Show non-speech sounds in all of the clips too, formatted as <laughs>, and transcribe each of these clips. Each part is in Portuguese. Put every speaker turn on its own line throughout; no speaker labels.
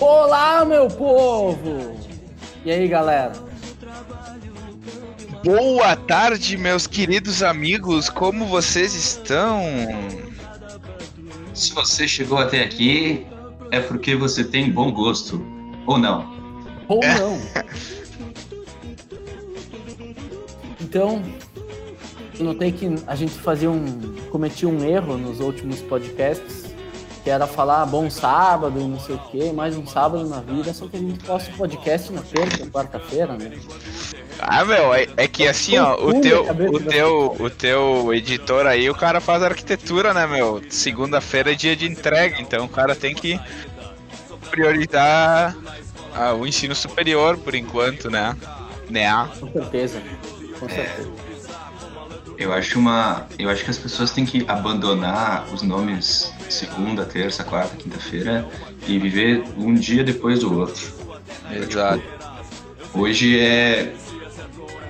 Olá, meu povo! E aí, galera?
Boa tarde, meus queridos amigos, como vocês estão?
Se você chegou até aqui, é porque você tem bom gosto. Ou não.
Ou não? Então, eu notei que a gente fazia um. cometia um erro nos últimos podcasts, que era falar "Ah, bom sábado, não sei o quê, mais um sábado na vida, só que a gente posta o podcast na terça, quarta-feira, né?
Ah, meu, é, é que assim, ó, o teu, o teu, o teu editor aí, o cara faz arquitetura, né, meu? Segunda-feira é dia de entrega, então o cara tem que priorizar ah, o ensino superior por enquanto, né? Né?
Com certeza. né? Com certeza.
Eu acho uma. Eu acho que as pessoas têm que abandonar os nomes segunda, terça, quarta, quinta-feira e viver um dia depois do outro.
Exato.
Hoje é.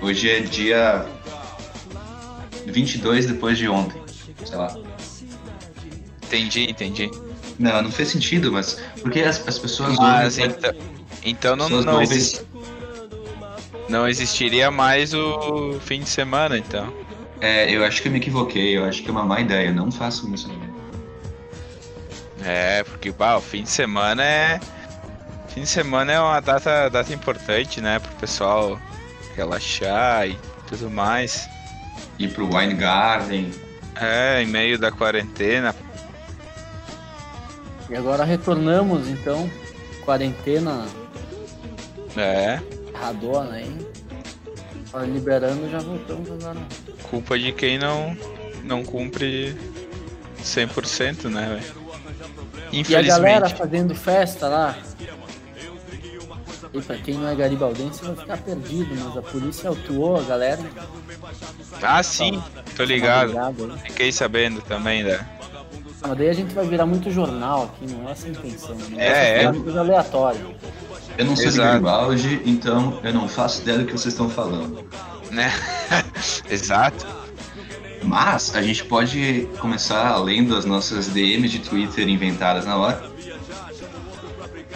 Hoje é dia 22 depois de ontem. Sei lá.
Entendi, entendi.
Não, não fez sentido, mas. Porque as, as pessoas.
Mas
hoje-
então, então não,
pessoas
não,
ouvem-
existe, não existiria mais o fim de semana, então.
É, eu acho que eu me equivoquei, eu acho que é uma má ideia, não façam isso.
É, porque bah, o fim de semana é. Fim de semana é uma data, data importante, né? Pro pessoal relaxar e tudo mais.
Ir pro Wine Garden.
É, em meio da quarentena.
E agora retornamos, então, quarentena
É,
radona, hein? Tá Liberando, já voltamos né? agora.
culpa de quem não, não cumpre 100%, né, velho?
E a galera
Infelizmente.
fazendo festa lá. E pra quem não é garibaldense vai ficar perdido, mas a polícia autuou a galera.
Ah, sim, tô ligado.
Obrigado.
Fiquei sabendo também, né?
Mas daí a gente vai virar muito jornal aqui, não é essa a intenção. Né?
É,
Essa
é.
uma coisa aleatória.
Eu não sou
Exato.
de Garibaldi, então eu não faço ideia do que vocês estão falando.
né? Exato.
Mas a gente pode começar lendo as nossas DMs de Twitter inventadas na hora.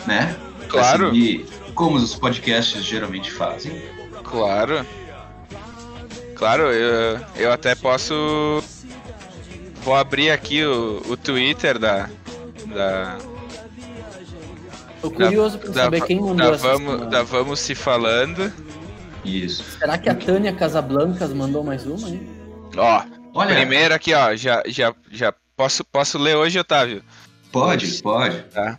Né? Pra
Claro.
seguir como os podcasts geralmente fazem.
Claro. Claro, eu, eu até posso. Vou abrir aqui o, o Twitter da. Da,
Tô curioso pra
da,
saber
Va-
quem mandou
da,
essa
vamos,
semana.
da Vamos Se Falando.
Isso.
Será que a Tânia Casablancas mandou mais uma, hein?
Ó,
Olha,
primeiro aqui, ó, já, já, já posso, posso ler hoje, Otávio.
pode, pode.
Tá.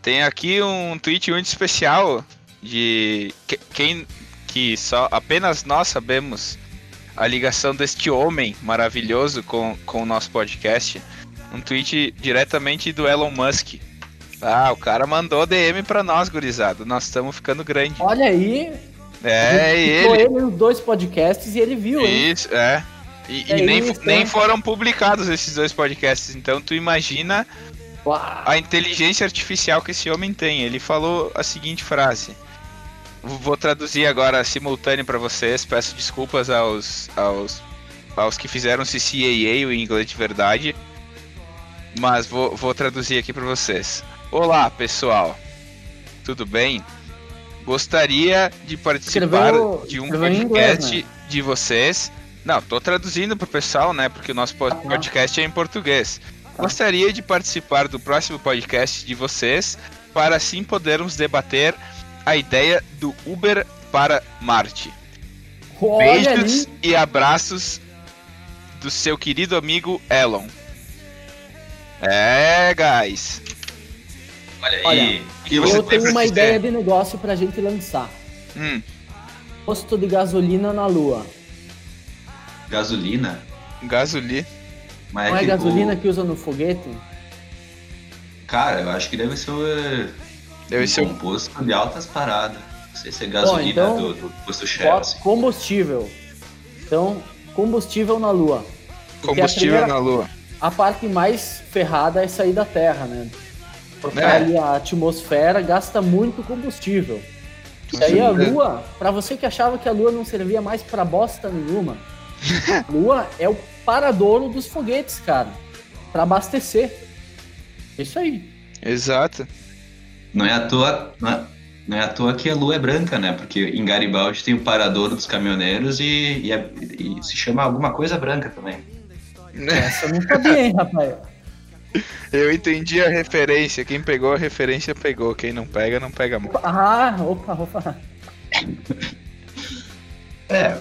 Tem aqui um tweet muito especial de que- quem que só apenas nós sabemos a ligação deste homem maravilhoso com, com o nosso podcast. Um tweet diretamente do Elon Musk. Ah, o cara mandou DM pra nós, gurizada. Nós estamos ficando grande.
Olha aí,
É
ficou
ele.
ele nos dois podcasts e ele viu, hein?
Isso, é. E, e
É
nem,
isso,
nem
é.
foram publicados esses dois podcasts. Então tu imagina
Uau.
a inteligência artificial que esse homem tem. Ele falou a seguinte frase. V- Vou traduzir agora simultâneo para vocês. Peço desculpas aos, aos, aos que fizeram CCAA, o inglês de verdade. Mas vou, vou traduzir aqui para vocês. Olá, pessoal. Tudo bem? Gostaria de participar
Escreveu-
de um
escreveu em
podcast
inglês, né?
de vocês. Não, tô traduzindo pro pessoal, né? Porque o nosso po-
tá.
podcast é em português. Gostaria de participar do próximo podcast de vocês para assim podermos debater a ideia do Uber para Marte.
Olha
Beijos
ali,
e abraços do seu querido amigo Elon. É, guys.
Olha
Olha,
aí. E
você
eu
tem
tenho
pra
uma
dizer?
ideia de negócio pra gente lançar.
Hum,
Posto de gasolina na lua.
Gasolina.
gasolina.
Mas
Não é
que
gasolina
o-
que usa no foguete?
Cara, eu acho que deve ser o
Deve ser um.
composto de altas paradas. Não sei se é gasolina
então,
do, do posto
É,
Shell,
Bota
assim.
Combustível. Então, combustível na lua. Porque a
Combustível
primeira-
na Lua.
A parte mais ferrada é sair da Terra, né? Porque
É.
aí a atmosfera gasta muito combustível. E aí é a
certeza.
Lua, pra você que achava que a Lua não servia mais pra bosta nenhuma,
<laughs>
a Lua é o paradouro dos foguetes, cara. Pra abastecer. Isso aí.
Exato. <laughs>
Não é à toa. Não é, não é à toa que a lua é branca, né? Porque em Garibaldi tem o paradouro dos caminhoneiros e, e, é- e se chama alguma coisa branca também.
Essa eu não sabia, hein, rapaz?
Eu entendi a referência. Quem pegou a referência pegou. Quem não pega, não pega muito.
Ah, opa, opa.
É.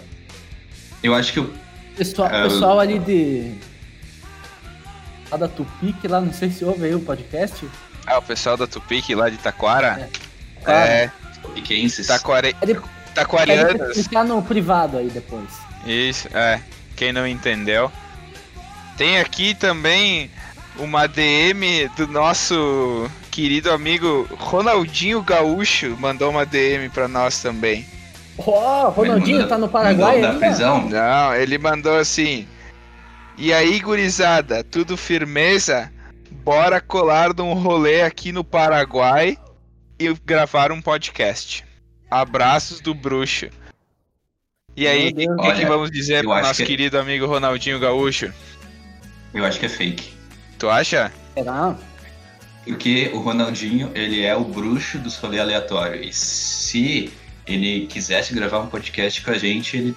Eu acho que o
Pessoal,
É,
Ah,
pessoal ali de. Lá da Tupi, que lá não sei se ouve aí o podcast.
Ah, o pessoal da Tupic lá de Taquara?
Cara,
É,
Piquenses.
Tá
taquare...
Ele- Pede pra
Taquarianas.
explicar no privado aí depois.
Isso, é. Quem não entendeu. Tem aqui também uma DM do nosso querido amigo Ronaldinho Gaúcho. Mandou uma DM pra nós também.
Ó, Ronaldinho
Mandou-
tá no Paraguai
mandou da
ainda?
prisão.
Não, ele mandou assim. E aí, gurizada, tudo firmeza? Bora colar num rolê aqui no Paraguai e gravar um podcast. Abraços do bruxo. E aí, o
Meu Deus.
que, que
Olha,
vamos dizer
eu
pro
acho
nosso
que-
querido amigo Ronaldinho Gaúcho?
Eu acho que é fake.
Tu acha?
Será?
Porque o Ronaldinho, ele é o bruxo do rolê aleatório. E se ele quisesse gravar um podcast com a gente, ele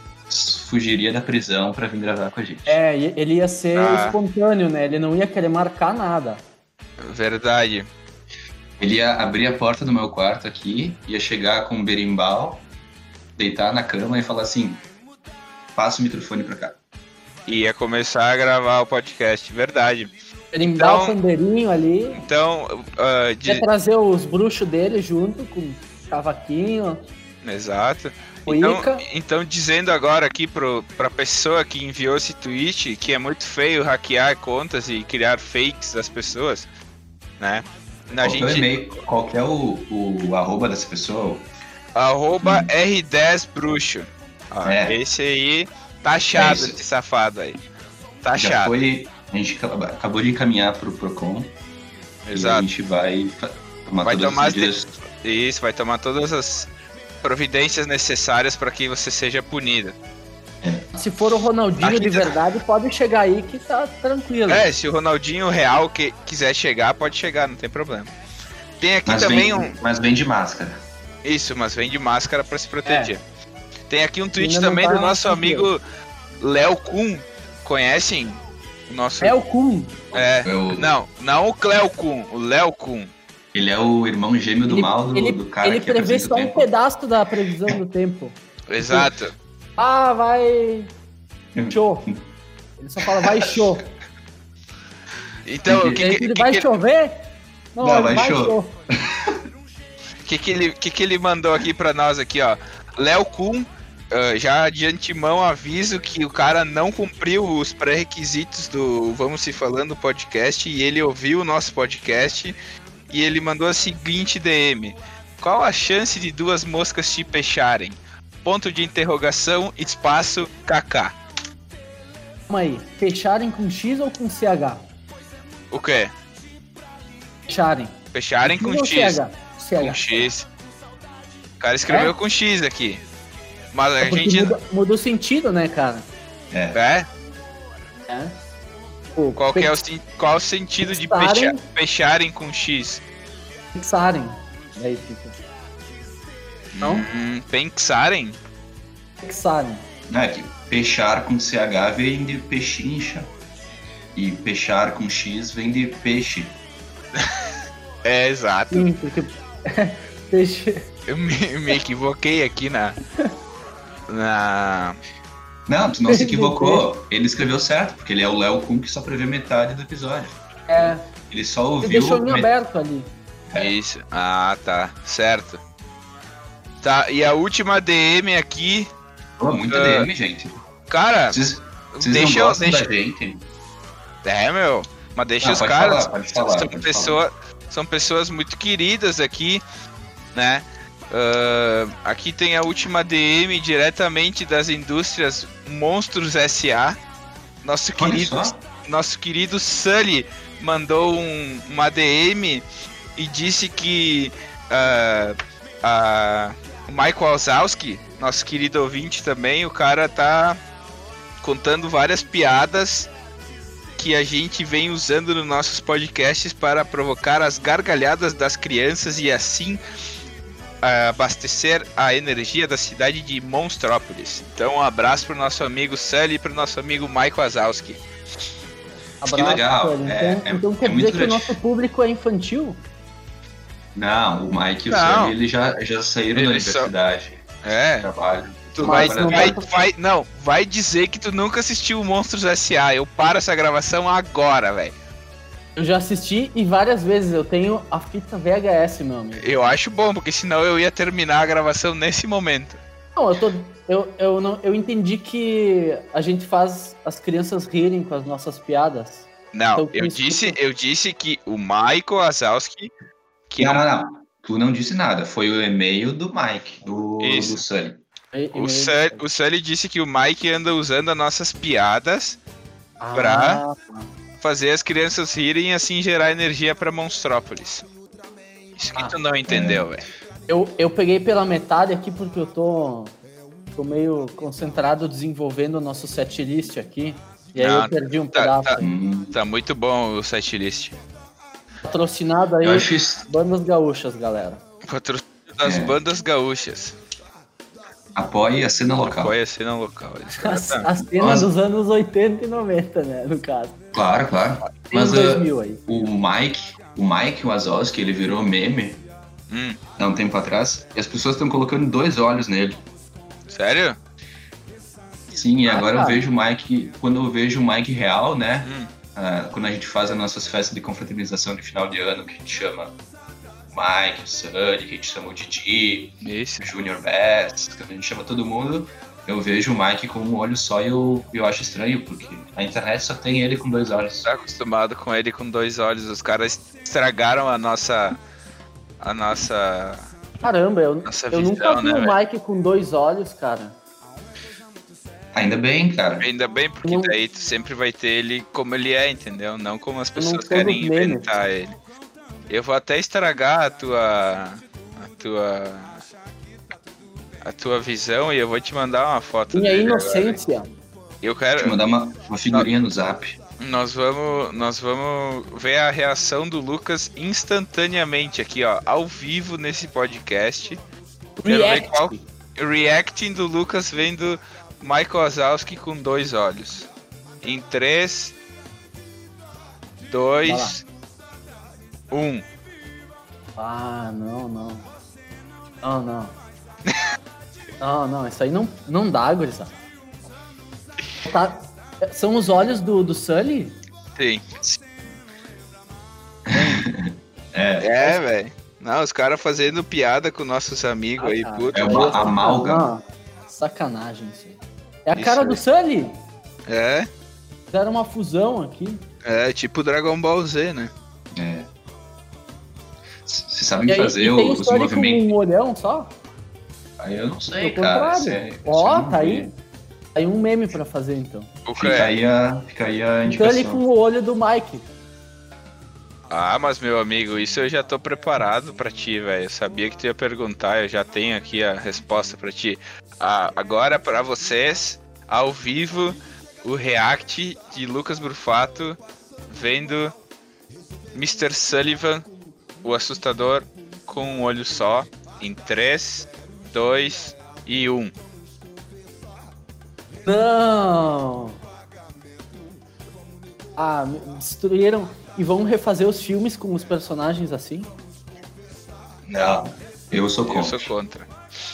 fugiria da prisão pra vir gravar com a gente.
É, e- ele ia ser
Ah.
espontâneo, né? Ele não ia querer marcar nada.
Verdade.
Ele ia abrir a porta do meu quarto aqui, ia chegar com um berimbau, deitar na cama e falar assim: passa o microfone pra cá.
Ia começar a gravar o podcast, verdade.
Ele me dá o
Então-
pandeirinho ali,
Então, ah, de-
ia trazer os bruxos dele junto com cavaquinho.
Exato.
O
então,
Ica.
então, dizendo agora aqui pro, pra pessoa que enviou esse tweet que é muito feio hackear contas e criar fakes das pessoas, né? Na
Qual, que é o
gente.
e-mail, qual que é o, o arroba dessa pessoa?
Arroba R10 Bruxo. Ó,
É.
Esse aí tá chato,
isso.
esse safado aí. Tá
Já
chato.
foi. A gente acaba- acabou de encaminhar pro Procon. E a
Exato.
gente vai fa- tomar
Vai
todas
tomar as
as medidas.
Isso, vai tomar todas as providências necessárias para que você seja punido.
Se for o Ronaldinho
Acho que
de
tá-
verdade, pode chegar aí que tá tranquilo.
É, se o Ronaldinho Real que quiser chegar, pode chegar, não tem problema. Tem aqui
Mas,
também
vem,
um.
mas vem de máscara.
Isso, mas vem de máscara pra se proteger. Tem aqui um tweet
É. Ainda não
também
tá
do nosso
tranquilo.
amigo Léo Kuhn. Conhecem? O nosso.
É o Kun.
É.
É o-
Não, não o Cleo Kuhn, o Léo Kuhn.
Ele é o irmão gêmeo do
Ele-
mal do,
ele,
do cara
ele
que
prevê
apresenta
só
o
um
tempo.
pedaço da previsão do tempo.
Exato.
Ah, vai. Show. Ele só fala, vai show.
Então, o <laughs> que,
Ele,
que, que,
vai
que,
chover? Não,
Não,
vai,
vai
show.
show.
que, que ele, que, que ele mandou aqui pra nós aqui, ó? Léo Kuhn, ah, já de antemão aviso que o cara não cumpriu os pré-requisitos do Vamos Se Falando podcast e ele ouviu o nosso podcast e ele mandou a seguinte DM: Qual a chance de duas moscas te pecharem? Ponto de interrogação, espaço, kk.
Calma aí. Fecharem com X ou com CH?
O quê?
Fecharem.
Fecharem com
ou
X.
CH?
Com
CH.
X. O cara escreveu
É?
com X aqui. Mas a
É porque
gente.
muda, muda o sentido, né, cara?
É.
É?
É. Tipo,
Qual, que é o, sen- qual o sentido de
Fecharem.
pecha- fecharem com X?
Fixarem. Aí fica. Não?
Uhum.
Hum, pensarem?
Fixarem.
Não, é que peixar com CH vem de pechincha. E peixar com X vem de peixe.
É, exato.
Sim, porque. <laughs> Deixa.
Eu me, me equivoquei aqui na. Na.
Não, tu não
<laughs>
se equivocou. Ele escreveu certo, porque ele é o Léo Kuhn que só prevê metade do episódio.
É,
Ele só
ele
ouviu.
deixou em
met-
aberto ali.
É.
Isso. Ah, tá. Certo. Tá, e a última DM aqui.
Pô, muita DM, gente.
Cara,
Vocês, vocês
Ah, deixa
não
eu.
gostam
Deixa,
da gente?
É, meu. Mas deixa
Ah,
os
pode
caras.
falar, pode falar,
são,
pode
pessoa, são pessoas muito queridas aqui, né? Ah, aqui tem a última DM diretamente das indústrias Monstros SA. Nosso
Olha
querido,
só.
nosso querido Sully mandou um, uma DM e disse que ah, ah, o Michael Wazowski, nosso querido ouvinte também, o cara tá contando várias piadas que a gente vem usando nos nossos podcasts para provocar as gargalhadas das crianças e assim abastecer a energia da cidade de Monstrópolis. Então, um abraço pro nosso amigo Sully e pro nosso amigo Mike Wazowski.
Abraço,
Que legal,
Sully. Então,
é- é-
então quer
é muito
dizer que o
grande.
nosso público é infantil?
Não, o Mike e o
Não.
Sam, eles já, já saíram da
Eles são-
universidade.
É.
Trabalho.
Tu vai,
Mas
Trabalho
não
vai,
até-
vai- não, vai dizer que tu nunca assistiu o Monstros S.A. Eu paro essa gravação agora, velho.
Eu já assisti e várias vezes. Eu tenho a fita VHS, meu amigo.
Eu acho bom, porque senão eu ia terminar a gravação nesse momento.
Não, eu tô. Eu, eu, não, eu entendi que a gente faz as crianças rirem com as nossas piadas.
Não,
Então,
eu
isso-
disse, eu disse que o Michael Azalski, que é
Não,
um-
não, não. Tu não disse nada. Foi o e-mail do Mike, do, do
Isso.
Sully.
E- e
o,
meio-
Sully, o Sully disse que o Mike anda usando as nossas piadas,
Ah,
pra- fazer as crianças rirem e assim gerar energia pra Monstrópolis. Isso que
Ah,
tu não entendeu, velho.
Eu, eu peguei pela metade aqui porque eu tô, tô meio concentrado desenvolvendo o nosso setlist aqui. E aí
Ah,
eu perdi um
tá,
pedaço.
tá.
Hum,
Tá muito bom o setlist.
Patrocinado aí,
eu acho isso-
bandas gaúchas, galera.
Patrocínio das
É.
bandas gaúchas.
Apoie a cena local.
Apoia a cena local. Eles
A,
contrataram.
a cena
Nossa.
dos anos 80 e 90, né? No caso.
Claro, claro.
Tem
Mas
os
ah,
2000 aí.
o Mike, o Mike Wazowski, ele virou meme
Hum,
há um tempo atrás. E as pessoas estão colocando dois olhos nele.
sério?
Sim, e
Ah,
agora eu
cara.
vejo o Mike. Quando eu vejo o Mike real, né?
Hum.
ah, quando a gente faz as nossas festas de confraternização de final de ano, que a gente chama o Mike, o Sunny, que a gente chama o Didi,
Isso.
o Junior Best, que a gente chama todo mundo. Eu vejo o Mike com um olho só e eu, eu acho estranho, porque a internet só tem ele com dois olhos.
Tá acostumado com ele com dois olhos. Os caras estragaram a nossa. A nossa.
Caramba, eu,
Nossa
eu nunca
visão,
vi um
né,
o Mike com dois olhos, cara.
Ainda bem, cara.
Ainda bem, porque
Não.
daí tu sempre vai ter ele como ele é, entendeu? Não como as
não
pessoas
sou dos
querem
memes.
inventar ele. Eu vou até estragar a tua. A tua. A tua visão e eu vou te mandar uma foto
Minha
né,
dele. agora.
inocência.
Eu
Vou te
quero.
mandar uma, uma figurinha no zap.
Nós vamos, nós vamos ver a reação do Lucas instantaneamente aqui, ó, ao vivo nesse podcast. Quero ver
React.
qual reacting do Lucas vendo Michael Wazowski com dois olhos. Em 3 2 1.
Ah, não, não. Não, não.
<laughs>
não, não, isso aí não, não dá, gurizada. Tá- São os olhos do, do Sully?
Sim. <laughs>
É,
É, velho. Não, os caras fazendo piada com nossos amigos aí,
Ah, tá.
puta.
é uma
Nossa,
amálgama.
não. Sacanagem isso aí. É a
Isso
cara
aí.
do Sully?
É,
Fizeram uma fusão aqui.
é tipo Dragon Ball Z, né?
É. Vocês sabem
E aí,
fazer
e tem
o-
o
os
Sully com
movimentos?
um olhão só?
Aí eu não sei,
Pelo
cara.
contrário.
isso é- isso eu
Ó,
não
tá
vi.
aí. Tá aí um meme pra fazer então.
O que
Fica
é?
aí a, fica aí a
Sully
indicação.
com o olho do Mike.
Ah, mas meu amigo, isso eu já tô preparado pra ti, velho. Eu sabia que tu ia perguntar, eu já tenho aqui a resposta pra ti. Ah, agora pra vocês, ao vivo, o react de Lucas Brufato vendo Mr. Sullivan, o assustador, com um olho só, em 3, 2 e 1.
Não! Ah, me- destruíram e vão refazer os filmes com os personagens assim?
Não, É, eu sou
Eu
contra.
sou contra.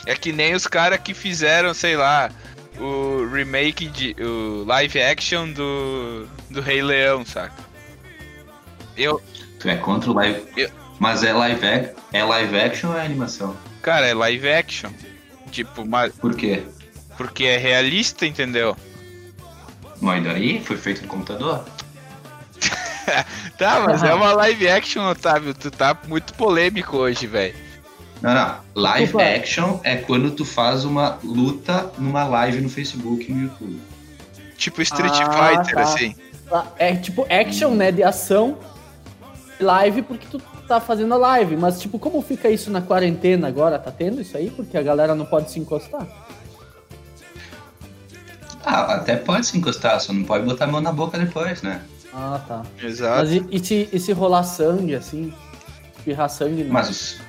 É que nem os caras que fizeram, sei lá, o remake de. o live action do. do Rei Leão, saca? Eu.
Tu é contra o live.
Eu-
Mas é live, ac- é live action ou é animação?
Cara, é live action. Tipo, mas.
Por quê?
Porque é realista, entendeu?
Mas daí foi feito no computador?
Tá, mas é uma live action, Otávio. Tu tá muito polêmico hoje, velho.
Não, não. Live
Opa.
action é quando tu faz uma luta numa live no Facebook e no YouTube.
Tipo Street
Ah,
Fighter,
tá.
assim.
Ah, É tipo action, né? De ação. Live, porque tu tá fazendo a live. Mas, tipo, como fica isso na quarentena agora? Tá tendo isso aí? Porque a galera não pode se encostar?
Ah, até pode se encostar, só não pode botar a mão na boca depois, né?
Ah, tá.
Exato.
Mas e, e se, e se rolar sangue, assim? Espirrar sangue? não?
Mas, os,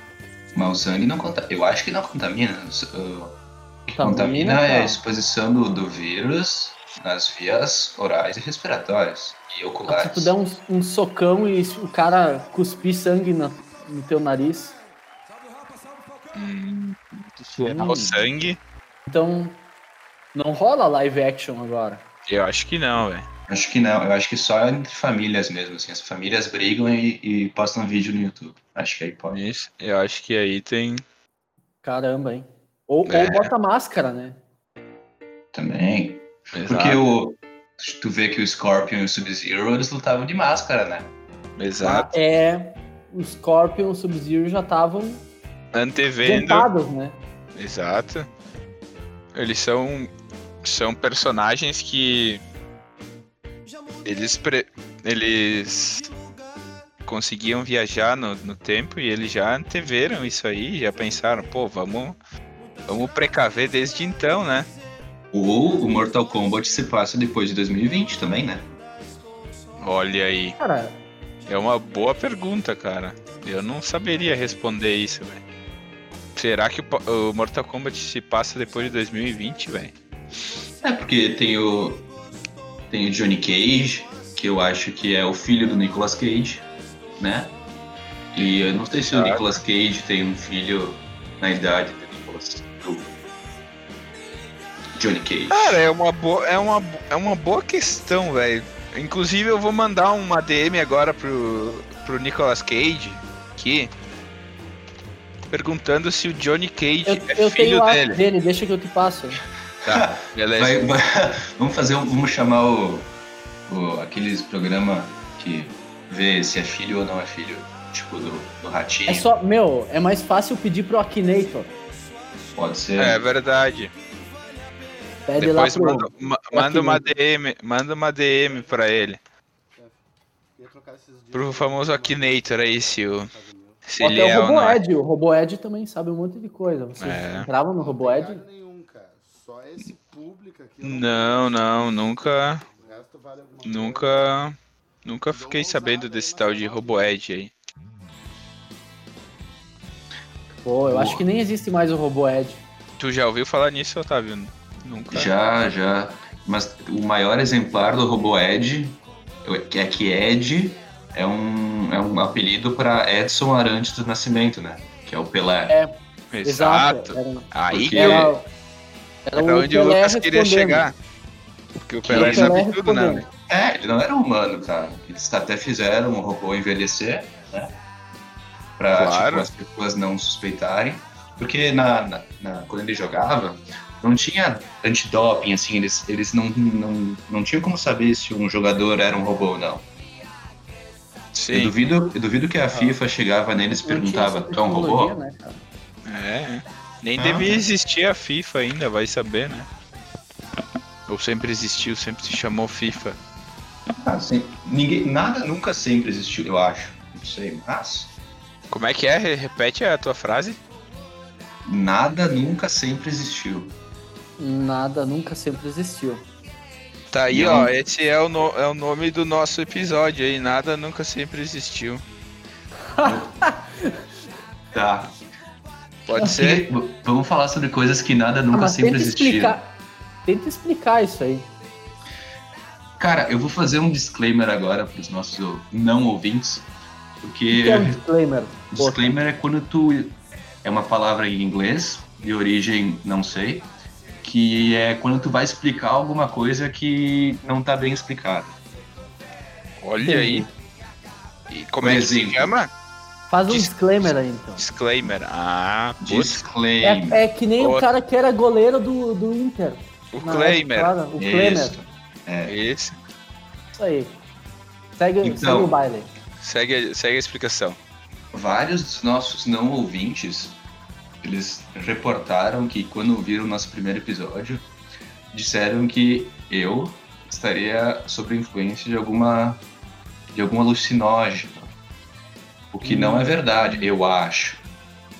mas o sangue não contamina. Eu acho que não contamina. Os- o- O que
Contamina,
contamina é
tá.
a exposição do, do vírus nas vias orais e respiratórias e
Ah,
oculares.
se tu der um, um socão e o cara cuspir sangue na- no teu nariz.
Cheirar o sangue,
Então, não rola live action agora.
eu acho que não, velho.
Acho que não, eu acho que só entre famílias mesmo, assim, as famílias brigam e, e postam vídeo no YouTube. Acho que aí pode.
Isso, eu acho que aí tem.
Caramba, hein? Ou,
É.
ou bota máscara, né?
Também. Porque
Exato.
o. se Tu vê que o Scorpion e o Sub-Zero, eles lutavam de máscara, né?
Exato.
É, o Scorpion e o Sub-Zero já estavam
Antevendo.
tentados, né?
Exato. Eles são são personagens que eles pre- eles conseguiam viajar no, no tempo e eles já anteveram isso aí, já pensaram, pô, vamos vamos precaver desde então, né?
Ou o Mortal Kombat se passa depois de 2020 também, né?
Olha aí,
Cara,
é uma boa pergunta, cara. Eu não saberia responder isso, velho. Será que o po- o Mortal Kombat se passa depois de 2020, velho?
É, porque tem o. Tem o Johnny Cage, que eu acho que é o filho do Nicolas Cage, né? E eu não sei se o
Tá.
Nicolas Cage tem um filho na idade do Nicolas. Do Johnny Cage.
Cara, é uma boa, é uma, é uma boa questão, velho. Inclusive, eu vou mandar uma DM agora pro, pro Nicolas Cage, aqui, perguntando se o Johnny Cage
eu,
é
eu tenho
filho
a
dele.
dele, deixa que eu te passo.
Tá, beleza.
Vai- <laughs> vai- vamos fazer um, vamos chamar o, o- aqueles programa que vê se é filho ou não é filho, tipo do, do ratinho.
É só, meu, é mais fácil pedir pro Akinator.
Pode ser.
É verdade.
Pede
Depois
lá pro.
manda, ma- manda uma DM, manda uma DM pra ele, pro famoso Akinator aí, se o
tá
se ele
Até
é
o
ou não é.
RoboEd, o RoboEd também sabe um monte de coisa. Vocês
É.
entravam no RoboEd?
Obrigado nenhum, cara. Só esse público aqui. eu
Não, não, nunca,
O resto vale alguma coisa.
nunca, nunca fiquei sabendo desse tal de RoboEd aí.
Pô, eu acho que nem existe mais o RoboEd.
Tu já ouviu falar nisso, Otávio? Nunca.
Já, já. Mas o maior exemplar do robô Ed é que Ed é um, é um apelido para Edson Arantes do Nascimento, né? Que é o Pelé.
Exato.
Era, um-
Aí
Porque é
que
era,
era,
era, o
onde o
Pelé
Lucas queria
respondendo.
chegar. Porque o Pelé
Pelé
sabe tudo, né?
respondendo.
velho?
É, ele não era humano, cara. Eles até fizeram o robô envelhecer, né? Pra
Claro.
tipo, as pessoas não suspeitarem. Porque na, na- na- quando ele jogava, não tinha antidoping, assim, eles, eles não, não, não tinham como saber se um jogador era um robô ou não. Eu
Sim.
duvido, eu duvido que a FIFA chegava neles e
Não tinha essa
perguntava, tu é um
tecnologia,
robô?
né, cara?
É. é. Nem
Ah.
devia existir a FIFA ainda, vai saber, né? Ou sempre existiu, sempre se chamou FIFA.
Ah, sim. Ninguém, nada nunca sempre existiu, eu acho. Não sei, mas
Como é que é? Re- Repete a tua frase.
nada nunca sempre existiu.
Nada nunca sempre existiu.
Tá aí,
Não.
ó. Esse é o, no- é o nome do nosso episódio aí. Nada nunca sempre existiu.
Tá.
Pode ser?
E Então, v- vamos falar sobre coisas que nada
Ah,
nunca
mas
sempre
tenta
existiu.
explicar. Tenta explicar isso aí.
Cara, eu vou fazer um disclaimer agora para os nossos ou- não ouvintes,
O
porque
que é um disclaimer?
disclaimer é quando tu é uma palavra em inglês de origem não sei, que é quando tu vai explicar alguma coisa que não tá bem explicada.
Olha aí. E como é que se
exemplo.
chama?
Faz um
Dis-
disclaimer aí, então.
Disclaimer. Ah, putz.
Disclaimer.
É, é que nem o
Boa.
cara que era goleiro do, do Inter.
O
na
Claimer.
época, cara. O Klemer.
Isso.
Esse.
Isso aí. Segue,
Então.
segue o baile.
Segue, segue a explicação.
Vários dos nossos não ouvintes, eles reportaram que quando viram o nosso primeiro episódio, disseram que eu estaria sob a influência de alguma de algum alucinógeno. O que não é verdade, eu acho.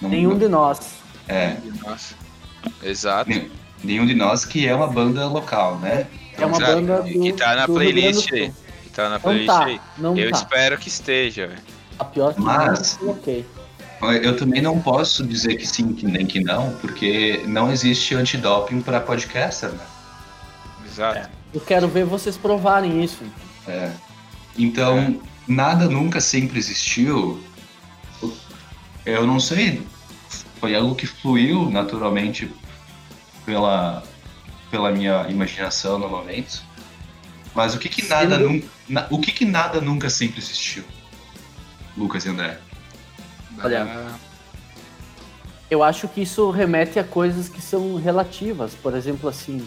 Não-
Hum. Nenhum de nós.
é,
Nossa. Exato.
Nem- nenhum de nós que é uma banda local, né? Então,
É uma
Exato.
banda do.
Que tá na
do Rio Grande do
playlist
Sul.
aí. Tá na
Não
playlist
tá,
aí.
não
Eu
tá.
espero que esteja, velho.
A pior que
Mas-
eu não coloquei.
Eu também não posso dizer que sim, que nem que não, porque não existe antidoping para podcaster, né?
Exato.
Eu quero ver vocês provarem isso.
É. Então,
É.
nada nunca sempre existiu. Eu não sei. Foi algo que fluiu naturalmente pela, pela minha imaginação no momento. Mas o que que nada
Sim.
nunca, o que que nada nunca sempre existiu? Lucas e André.
Olha. Eu acho que isso remete a coisas que são relativas. Por exemplo, assim,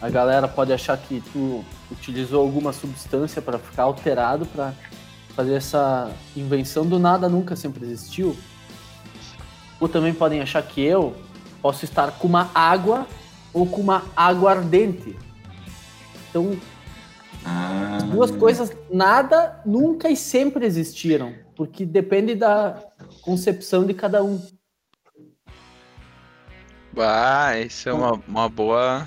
a galera pode achar que tu utilizou alguma substância para ficar alterado para fazer essa invenção do nada nunca sempre existiu. Ou também podem achar que eu posso estar com uma água ou com uma aguardente. Então,
Ah,
duas coisas nada nunca e sempre existiram, porque depende da concepção de cada um.
Ah, isso é uma, uma boa.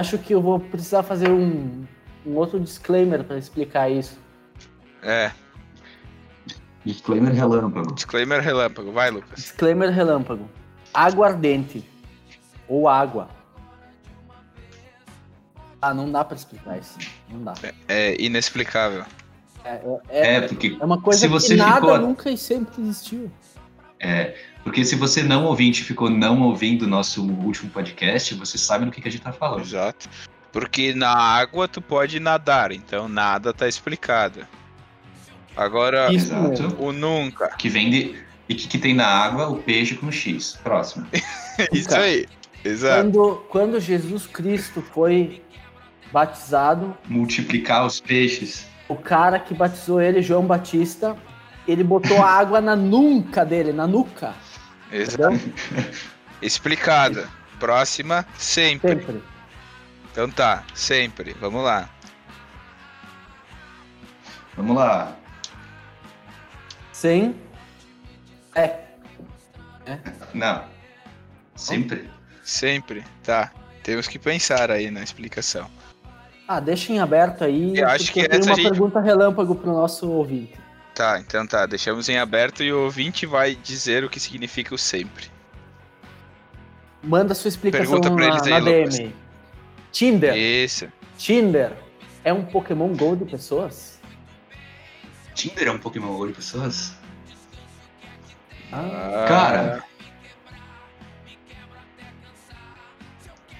Acho que eu vou precisar fazer um, um outro disclaimer para explicar isso.
É,
Disclaimer relâmpago.
disclaimer relâmpago. Vai, Lucas.
Disclaimer relâmpago. Aguardente ou água. Ah, não dá para explicar isso. Não dá.
É inexplicável.
É,
É,
é,
porque
é uma coisa
se você
que nada
ficou-
nunca e sempre existiu.
É, porque se você não ouvinte ficou não ouvindo o nosso último podcast, você sabe do que, que a gente tá falando.
Exato. Porque na água tu pode nadar, então nada tá explicado. Agora,
Isso
Exato.
mesmo.
o nunca.
Que vem de. E que, que tem na água o peixe com X. <laughs> Próximo.
Isso aí.
É.
Exato.
Quando, quando Jesus Cristo foi batizado,
Multiplicar os peixes.
o cara que batizou ele, João Batista, ele botou a água na nuca dele, na nuca. Então
Exato. Explicada. Próxima, sempre.
Sempre.
Então tá, sempre. Vamos lá.
Vamos lá.
Sem. É,
Não. Sempre.
Sempre. Tá. Temos que pensar aí na explicação.
Ah, deixa em aberto aí.
Eu acho
porque
que
tem
essa
uma
a gente-
pergunta relâmpago pro nosso ouvinte.
Tá, então tá. Deixamos em aberto e o ouvinte vai dizer o que significa o sempre.
Manda sua explicação
Pergunta pra
na,
eles aí,
na
Lucas.
DM. Tinder.
Isso.
Tinder é um Pokémon Go de pessoas?
Tinder é um Pokémon Go de pessoas?
Ah,
Cara.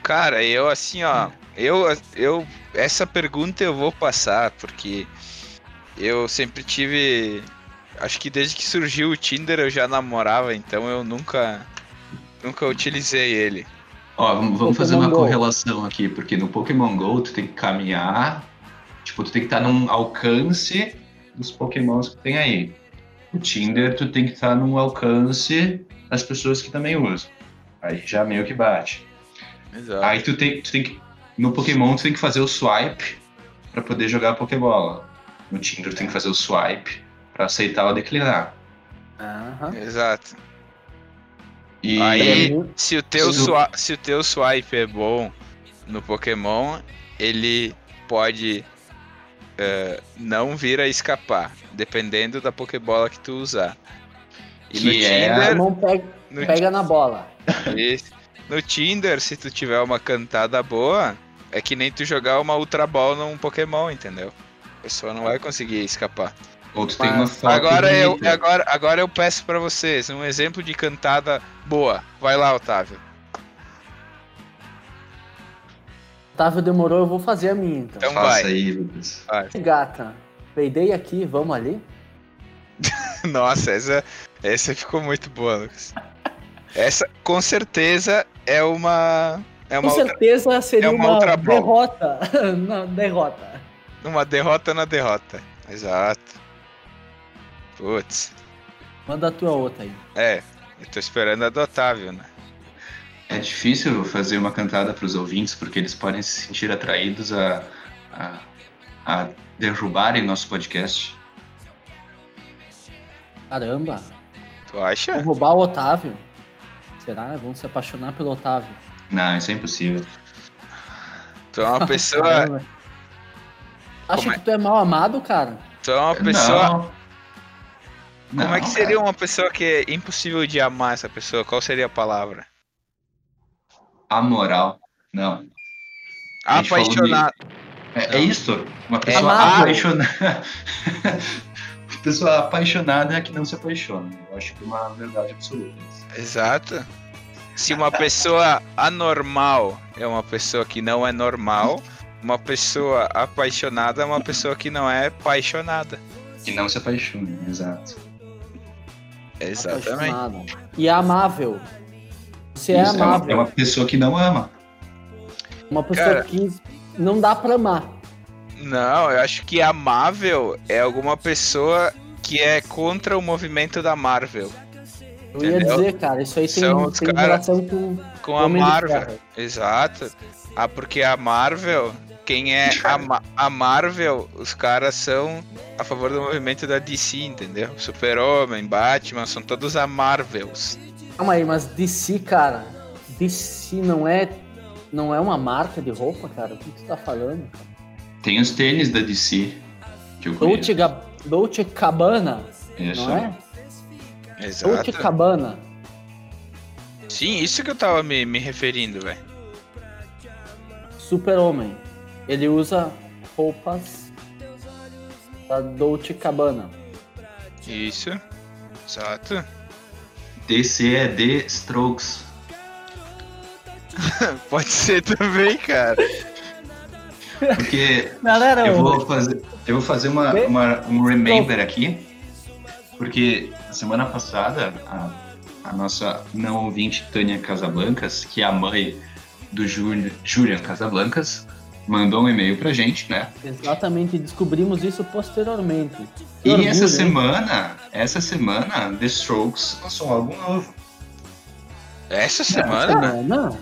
Cara, eu assim, ó, eu, eu essa pergunta eu vou passar porque eu sempre tive, acho que desde que surgiu o Tinder eu já namorava, então eu nunca nunca utilizei ele.
Ó, vamos, vamos fazer
Pokémon
uma
Go.
correlação aqui, porque no Pokémon Go tu tem que caminhar. Tipo, tu tem que estar num alcance dos Pokémons que tem aí. O Tinder, tu tem que estar num alcance das pessoas que também usam. Aí já meio que bate.
Exato.
Aí tu tem, tu tem que. No Pokémon tu tem que fazer o swipe pra poder jogar a Pokébola. No Tinder tu tem que fazer o swipe pra aceitar ou declinar.
aham.
Exato.
E
Aí-
É mu-
Se o teu
Isso.
swa- se o teu swipe é bom no Pokémon, ele pode eh, não vir a escapar, dependendo da Pokébola que tu usar. E no
Que é a-
Tinder,
Pokémon pega,
no
pega na bola.
Isso. No Tinder, se tu tiver uma cantada boa, é que nem tu jogar uma Ultra Ball num Pokémon, entendeu? A pessoa não vai conseguir escapar.
ou tu tem uma foto.
Agora é eu,
bonita.
agora, agora eu peço pra vocês um exemplo de cantada boa. Vai lá, Otávio.
Otávio demorou, eu vou fazer a minha então.
Então
Faça
vai.
aí, Lucas.
Gata, peidei aqui, vamos ali?
<laughs> Nossa, essa, essa ficou muito boa, Lucas. Essa, com certeza, é uma. É
Com
uma, outra-
certeza seria
é uma
uma,
outra bola.
derrota. <laughs> na derrota.
uma derrota na derrota. Exato. Putz.
Manda a tua outra aí.
É, eu tô esperando a do Otávio, né?
É difícil fazer uma cantada pros ouvintes, porque eles podem se sentir atraídos a, a, a derrubarem nosso podcast.
Caramba,
Tu acha?
vão roubar o Otávio? Será? Vão se apaixonar pelo Otávio.
Não, isso é impossível.
Tu é uma pessoa,
Caramba. Acha que tu é mal amado, cara?
Tu é
<laughs>
uma pessoa.
Não.
Como é que
Não,
seria
cara.
uma pessoa que é impossível de amar essa pessoa? Qual seria a palavra?
Amoral. Não. A gente falou de-
Apaixonado.
É, é isso? Uma pessoa
Amado.
apaixonada. <laughs> pessoa apaixonada é a que não se apaixona. Eu acho que é uma verdade absoluta.
Exato. Se uma pessoa anormal é uma pessoa que não é normal, uma pessoa apaixonada é uma pessoa que não é apaixonada.
Que não se apaixona, exato.
Exatamente.
Apaixonado. E é amável. Você é
Isso, uma,
amável.
é uma pessoa que não ama.
Uma pessoa
Cara.
que não dá pra amar.
Não, eu acho que amável é alguma pessoa que é contra o movimento da Marvel.
Eu ia
Entendeu?
dizer, cara, isso aí tem, um
São os
tem
cara-
relação com
Com a
Homem de
Marvel.
Ferro.
Exato. Ah, porque a Marvel, quem é a, Ma- a Marvel, os caras são a favor do movimento da DC, entendeu? Super-Homem, Batman, são todos a Marvels.
Calma aí, mas DC, cara, DC não é não é uma marca de roupa, cara? O que tu tá falando?
Tem os tênis da DC. Que eu conheço.
Dolce, Gab- Dolce Cabana,
Isso.
não é? Dolce
Exato.
Cabana.
Sim, isso que eu tava me, me referindo, velho.
Super-Homem. Ele usa roupas da Dolce Cabana.
Isso. Exato. <laughs>
DC é The Strokes.
Pode ser também, cara.
<laughs>
Porque
Galera,
eu vou fazer, eu vou fazer uma,
The
uma- um remember aqui. Porque semana passada, a, a nossa não ouvinte Tânia Casablancas, que é a mãe do Júlio- Julian Casablancas, mandou um e-mail pra gente, né?
exatamente, descobrimos isso posteriormente. Que
E
orgulho,
essa
hein?
semana, essa semana, The Strokes lançou algo novo.
Essa
Essa
semana, né?
semana?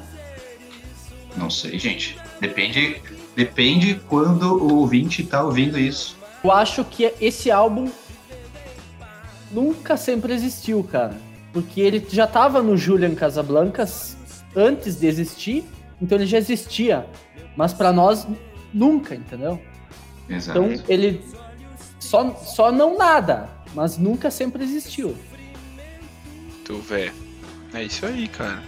Não sei, gente. Depende, depende quando o ouvinte tá ouvindo isso.
Eu acho que esse álbum nunca sempre existiu, cara. Porque ele já tava no Julian Casablancas antes de existir, então ele já existia. Mas pra nós, nunca, entendeu?
Exato.
Então ele só, só não nada, mas nunca sempre existiu.
tá.
Tu vê. É isso aí, cara.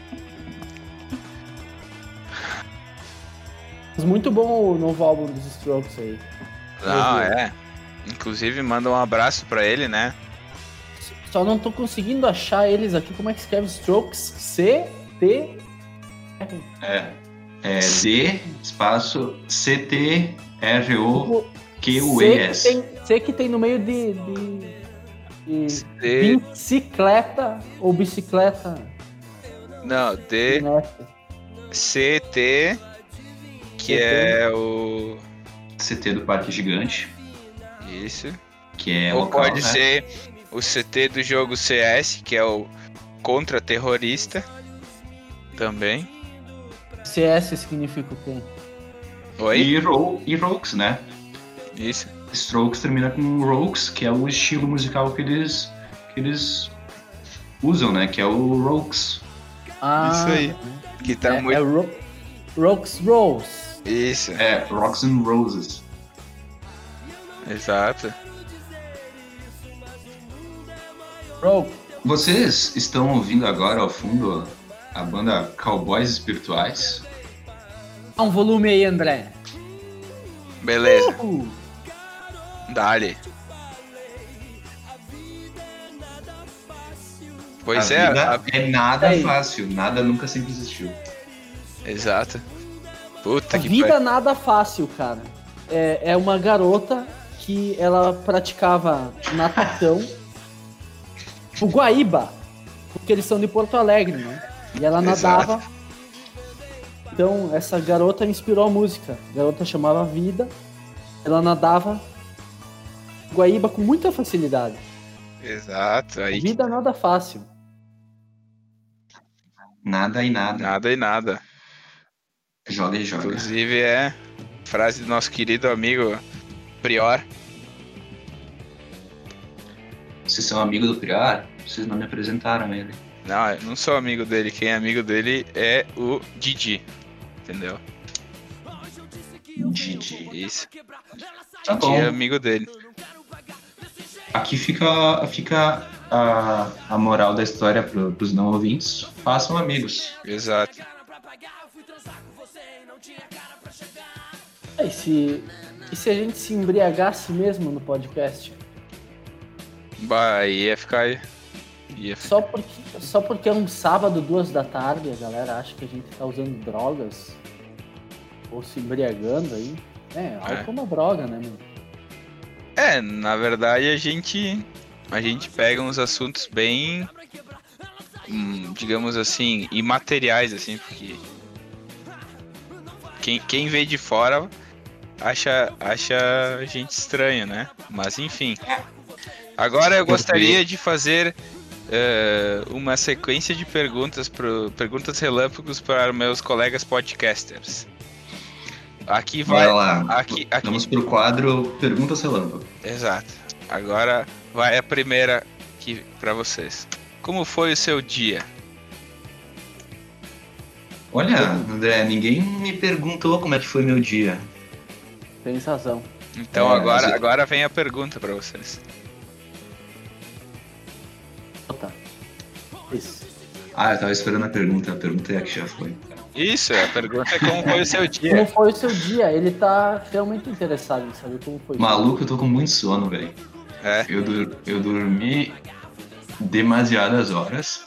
Mas muito bom o novo álbum dos Strokes aí.
Não,
Uhum.
é. Inclusive, manda um abraço pra ele, né?
Só não tô conseguindo achar eles aqui. Como é que escreve Strokes? C, T.
É. É D, espaço, C, T, R, O, Q, U, E,
C
S.
que tem, C que tem no meio de. de, de
D.
bicicleta ou bicicleta.
Não, D.
né?
CT,
CT.
que é o.
CT do Parque Gigante,
Isso.
que é
Ou
local,
pode
né?
ser o CT do jogo CS, que é o contra-terrorista. Também.
CS significa o quê?
Oi?
E, ro e Rokes, né?
Isso.
Strokes termina com Rokes, que é o estilo musical que eles, que eles usam, né? Que é o Rokes.
Ah,
Isso aí. Que tá
é,
muito.
é Ro- Rocks Rolls.
Isso,
É, Rocks and Roses.
exato.
Rock.
Vocês estão ouvindo agora ao fundo a banda Cowboys Espirituais?
Dá um volume aí, André.
Beleza.
Uh,
Dali. Pois é,
vida
a
é nada
Aí.
fácil, nada nunca sempre existiu.
Exato. Puta
a
que
vida
pariu.
nada fácil, cara. É, é uma garota que ela praticava natação. o Guaíba. Porque eles são de Porto Alegre, né? E ela
Exato.
nadava. Então, essa garota inspirou a música. A garota chamava Vida. Ela nadava Guaíba com muita facilidade.
Exato. Aí que
Vida nada fácil.
Nada e nada.
nada e nada.
Joga e joga.
Inclusive é frase do nosso querido amigo Prior.
Vocês são amigos do Prior? Vocês não me apresentaram ele.
Não, eu não sou amigo dele. Quem é amigo dele é o Didi. Entendeu?
Didi, esse. Tá bom.
de é amigo dele.
Aqui fica, fica a, a moral da história pro, pros não ouvintes. Façam amigos.
Exato.
E se, e se a gente se embriagasse mesmo no podcast?
Bah, aí ia ficar. Ia ficar.
Só porque, só porque é um sábado, duas da tarde, a galera acha que a gente tá usando drogas ou se embriagando aí. É, álcool é uma droga, né, meu?
É, na verdade a gente. A gente pega uns assuntos bem. hum, digamos assim, imateriais, assim, porque. Quem, quem vê de fora acha, acha a gente estranho, né? Mas enfim. Agora eu gostaria de fazer eh, uma sequência de perguntas, pro, perguntas relâmpagos para meus colegas podcasters. Aqui vai.
Vai lá.
Aqui, aqui,
Vamos pro quadro Perguntas Relâmpago.
Exato. Agora vai a primeira aqui pra vocês. Como foi o seu dia?
Olha, André, ninguém me perguntou como é que foi meu dia.
Tem razão.
Então
É,
agora,
mas-
agora vem a pergunta pra vocês.
Tá. Isso.
Ah, eu tava esperando a pergunta, a pergunta é a que já foi.
Isso, a pergunta é como foi o seu
Como <laughs>
dia.
foi o seu dia? Ele tá realmente interessado em saber como foi.
Maluco, eu tô com muito sono, velho.
É,
Eu, dur- eu dormi demasiadas horas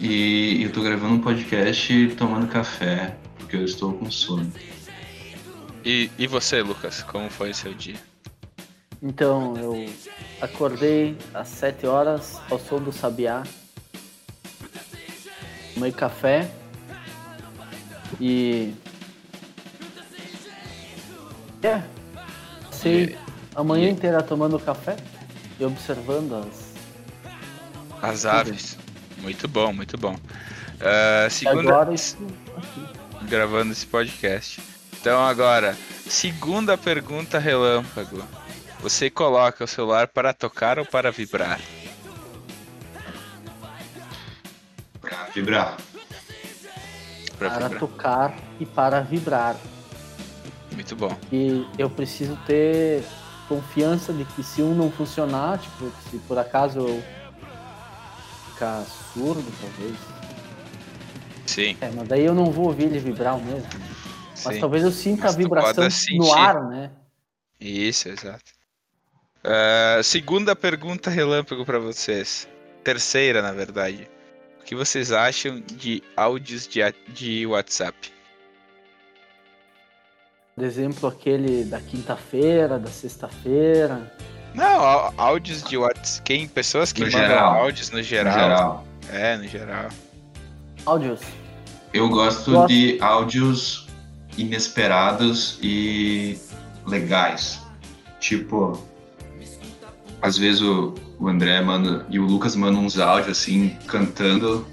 e eu tô gravando um podcast tomando café, porque eu estou com sono.
e, e você, Lucas, como foi o seu dia?
Então, eu acordei às 7 horas ao som do sabiá. Tomei café. E. É. Passei a manhã inteira tomando café e observando as.
As aves. Muito bom, muito bom. Ah,
E
segunda,
agora isso.
gravando esse podcast. Então agora, segunda pergunta relâmpago. Você coloca o celular para tocar ou para vibrar?
Pra vibrar.
Para
Para
vibrar.
tocar e para vibrar.
Muito bom.
E eu preciso ter confiança de que se um não funcionar, tipo, se por acaso eu ficar surdo, talvez.
Sim,
É, mas daí eu não vou ouvir ele vibrar o mesmo. Mas
sim.
talvez eu sinta
Mas
a
tu
vibração
pode sentir.
no ar, né?
Isso, exato. Ah, segunda pergunta relâmpago para vocês. Terceira, na verdade. O que vocês acham de áudios de, a- de WhatsApp?
Por exemplo, aquele da quinta-feira, da sexta-feira.
Não, á- áudios de WhatsApp. Quem, pessoas que
No
mandam
geral.
áudios no
Em
geral.
geral.
É, no geral.
Áudios.
Eu gosto
Gosto.
de áudios inesperados e legais. Tipo, às vezes o, o André manda e o Lucas manda uns áudios assim, cantando.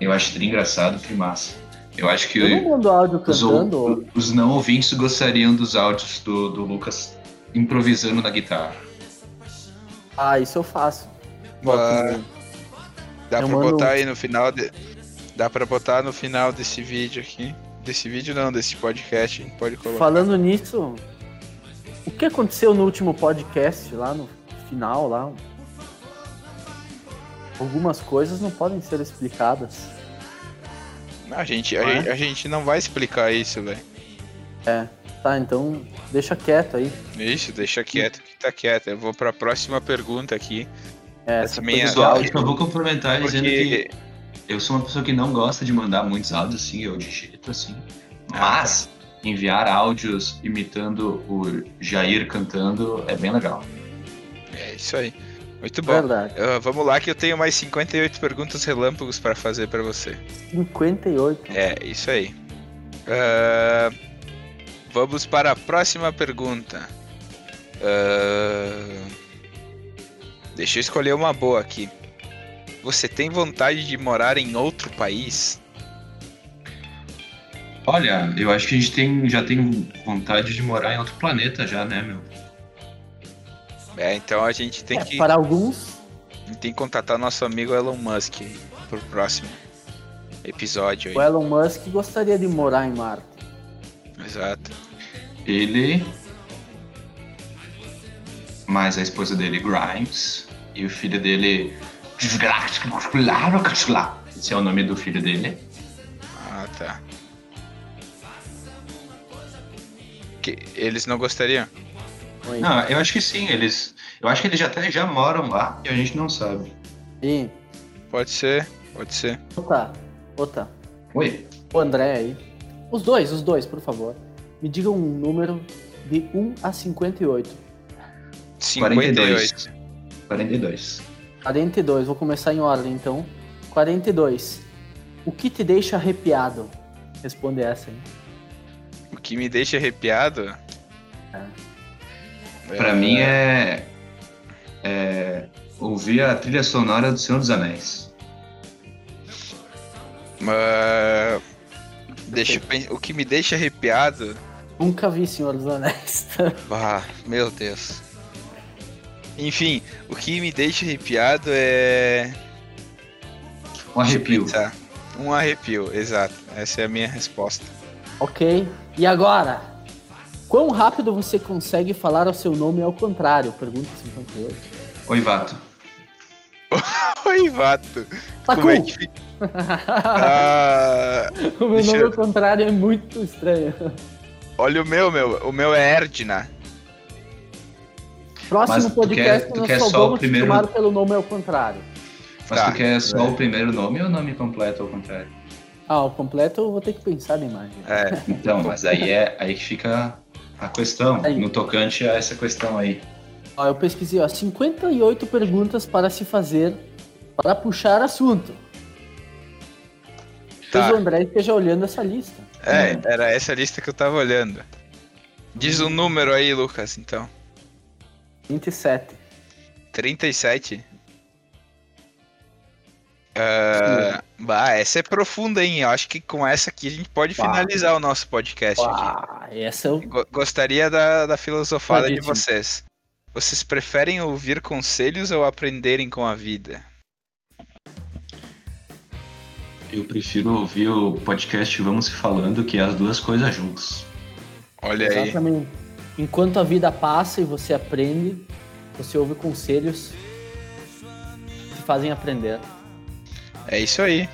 Eu acho tri engraçado, que massa. Eu acho que
Eu não mando áudio
os,
cantando. ó.
ou- os não ouvintes gostariam dos áudios do, do Lucas improvisando na guitarra.
Ah, isso eu faço.
Ah, Dá
Eu mando-
pra
um-
botar aí no final de... Dá pra botar no final desse vídeo aqui. Desse vídeo não, desse podcast. a gente Pode colocar.
Falando nisso, o que aconteceu no último podcast, lá no final, lá? Algumas coisas não podem ser explicadas.
Não, a, gente, a,
Não é?
gente- a gente não vai explicar isso, velho.
Tá, então deixa quieto aí.
Isso, deixa quieto que tá quieto. Eu vou pra próxima pergunta aqui.
É,
Essa minha-
coisa do
Pessoal,
áudio.
eu só vou complementar dizendo que
Porque.
Eu sou uma pessoa que não gosta de mandar muitos áudios, assim, eu digito, assim. Mas enviar áudios imitando o Jair cantando é bem legal.
É isso aí. Muito bom.
Verdade.
Ah, vamos lá que eu tenho mais 58 perguntas relâmpagos pra fazer pra você.
58.
É, isso aí. Ah, vamos para a próxima pergunta. Ah, deixa eu escolher uma boa aqui. Você tem vontade de morar em outro país?
Olha, eu acho que a gente tem, já tem vontade de morar em outro planeta já, né, meu?
É, então a gente tem
É,
que,
Para alguns,
tem que contatar nosso amigo Elon Musk aí pro próximo episódio.
o Elon Musk gostaria de morar em Marte.
aí. Exato.
Ele. Mais a esposa dele, Grimes. E o filho dele. Esse é o nome do filho dele.
Ah, tá. Que eles não gostariam?
Oi.
Não, eu acho que sim, eles. Eu acho que eles já até já moram lá e a gente não sabe.
E,
Pode ser, pode ser.
Ota, Ota,
Oi.
o André aí. Os dois, os dois, por favor. Me digam um número de 1 a 58.
58.
42.
42, vou começar em ordem então. 42. O que te deixa arrepiado? Responde essa aí.
O que me deixa arrepiado.
Pra mim é. É. Ouvir a trilha sonora do Senhor dos Anéis.
Ah, deixa eu pen- o que me deixa arrepiado.
Nunca vi Senhor dos Anéis. <laughs>
Ah, meu Deus. Enfim, o que me deixa arrepiado é.
Um arrepio.
Tá. Um arrepio, exato. Essa é a minha resposta.
ok. E agora? Quão rápido você consegue falar o seu nome ao contrário? Pergunta 58.
Oi, Vato.
Oi, Vato.
Taku!
Como
<laughs>
é que fica? Ah,
o meu
Deixa
nome
eu-
ao contrário é muito estranho.
olha o meu, meu. O meu é Erdna.
Próximo
Mas tu
podcast
quer- tu
nós
quer
só
só o
vamos
primeiro-
chamar pelo nome ao contrário.
Mas
Tá.
tu quer só o primeiro nome ou o nome completo ao contrário?
Ah, o completo eu vou ter que pensar na imagem.
<laughs>
É,
Então, mas aí é aí que fica a questão.
Aí.
No tocante a essa questão aí.
Ó, eu pesquisei, ó, 58 perguntas para se fazer para puxar assunto.
Tá.
Talvez o André esteja olhando essa lista.
é, era essa lista que eu tava olhando. Diz um número aí, Lucas, então.
27.
37? Ah, bah, essa é profunda, hein? Eu acho que com essa aqui a gente pode
Uau.
finalizar o nosso podcast aqui.
Ah, essa eu...
Go- Gostaria da, da filosofada de
Claríssimo.
vocês. Vocês preferem ouvir conselhos ou aprenderem com a vida?
Eu prefiro ouvir o podcast Vamos Se Falando, que é as duas coisas juntas.
Olha aí.
Exatamente. Enquanto a vida passa e você aprende, você ouve conselhos que fazem aprender.
É isso aí.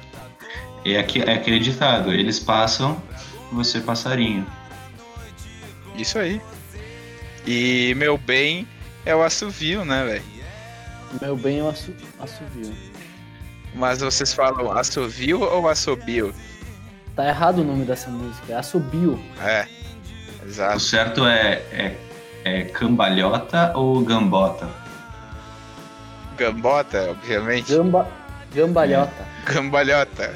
É, aqui, é aquele ditado, eles passam, você passarinho.
Isso aí. E meu bem é o assovio, né, velho?
Meu bem, eu assu... assovio.
Mas vocês falam assovio ou assobio?
Tá errado o nome dessa música, é assobio.
É. Exato.
O certo é, é, é cambalhota ou gambota?
Gambota, obviamente.
Gamba... Gambalhota.
Cambalhota.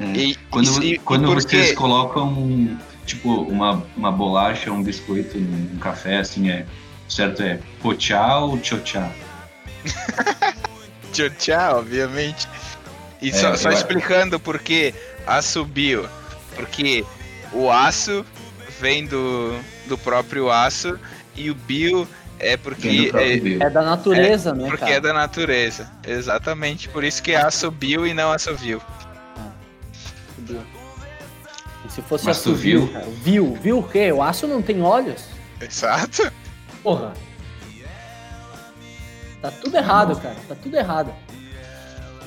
É.
E,
Quando,
e- e
quando
por
vocês
quê?
colocam, tipo, uma, uma bolacha, um biscoito, um café, assim, é, o certo é pochá ou tchotchá?
Tchau, tchau, obviamente. E só,
É, eu
só
acho.
explicando por que assobio. Porque o aço vem do, do próprio aço e o bio é
Vem do
porque
próprio
é,
Deus.
É da natureza, né,
porque
cara?
é da natureza. Exatamente, por isso que é assobio e não assovio.
Assobio. E se fosse
Mas tu
assobio,
viu?
cara, viu? Viu o quê? O aço não tem olhos?
<laughs> Exato.
Porra. Tá tudo errado, cara. Tá tudo errado.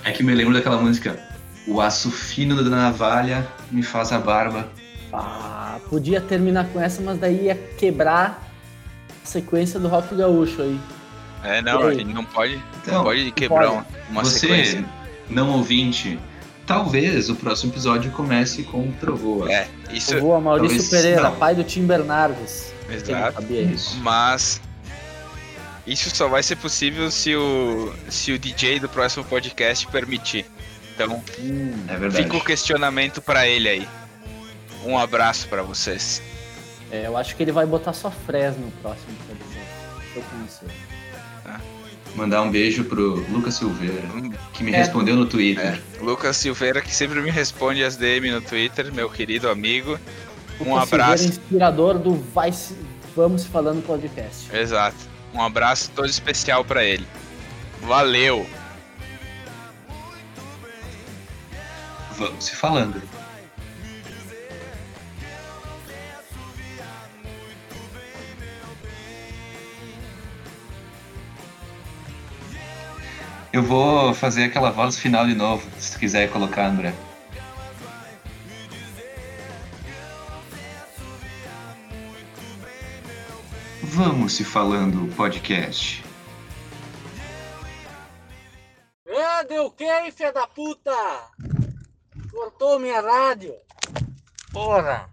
É que me lembro daquela música. O aço fino da navalha me faz a barba.
Ah, podia terminar com essa, mas daí ia quebrar a sequência do rock gaúcho aí.
É,
E
não,
aí?
a gente não pode,
Então,
não pode quebrar
pode.
um- uma
Você,
sequência.
não ouvinte, talvez o próximo episódio comece com Trovoa.
É, isso,
Eu vou a Maurício
talvez
Pereira,
não.
pai do Tim Bernardes. Quem não
exato.
sabia isso?
É Isso.
Mas isso só vai ser possível se o, se o DJ do próximo podcast permitir. Então
Hum,
É verdade.
fica o questionamento pra ele aí. Um abraço pra vocês.
é, eu acho que ele vai botar só Fresno no próximo, por exemplo. Eu conheço.
Mandar um beijo pro Lucas Silveira,
Hum,
que me
É.
respondeu no Twitter.
Lucas Silveira, que sempre me responde as DM no Twitter, meu querido amigo. Um
Lucas Silveira,
abraço.
inspirador do Vai Se- Vamos Se Falando podcast.
Exato. Um abraço todo especial pra ele. Valeu.
Vamos se falando. Eu vou fazer aquela voz final de novo, se tu quiser colocar, André. Vamos se falando podcast.
Ah, deu quem, filha da puta? Cortou minha rádio. Porra.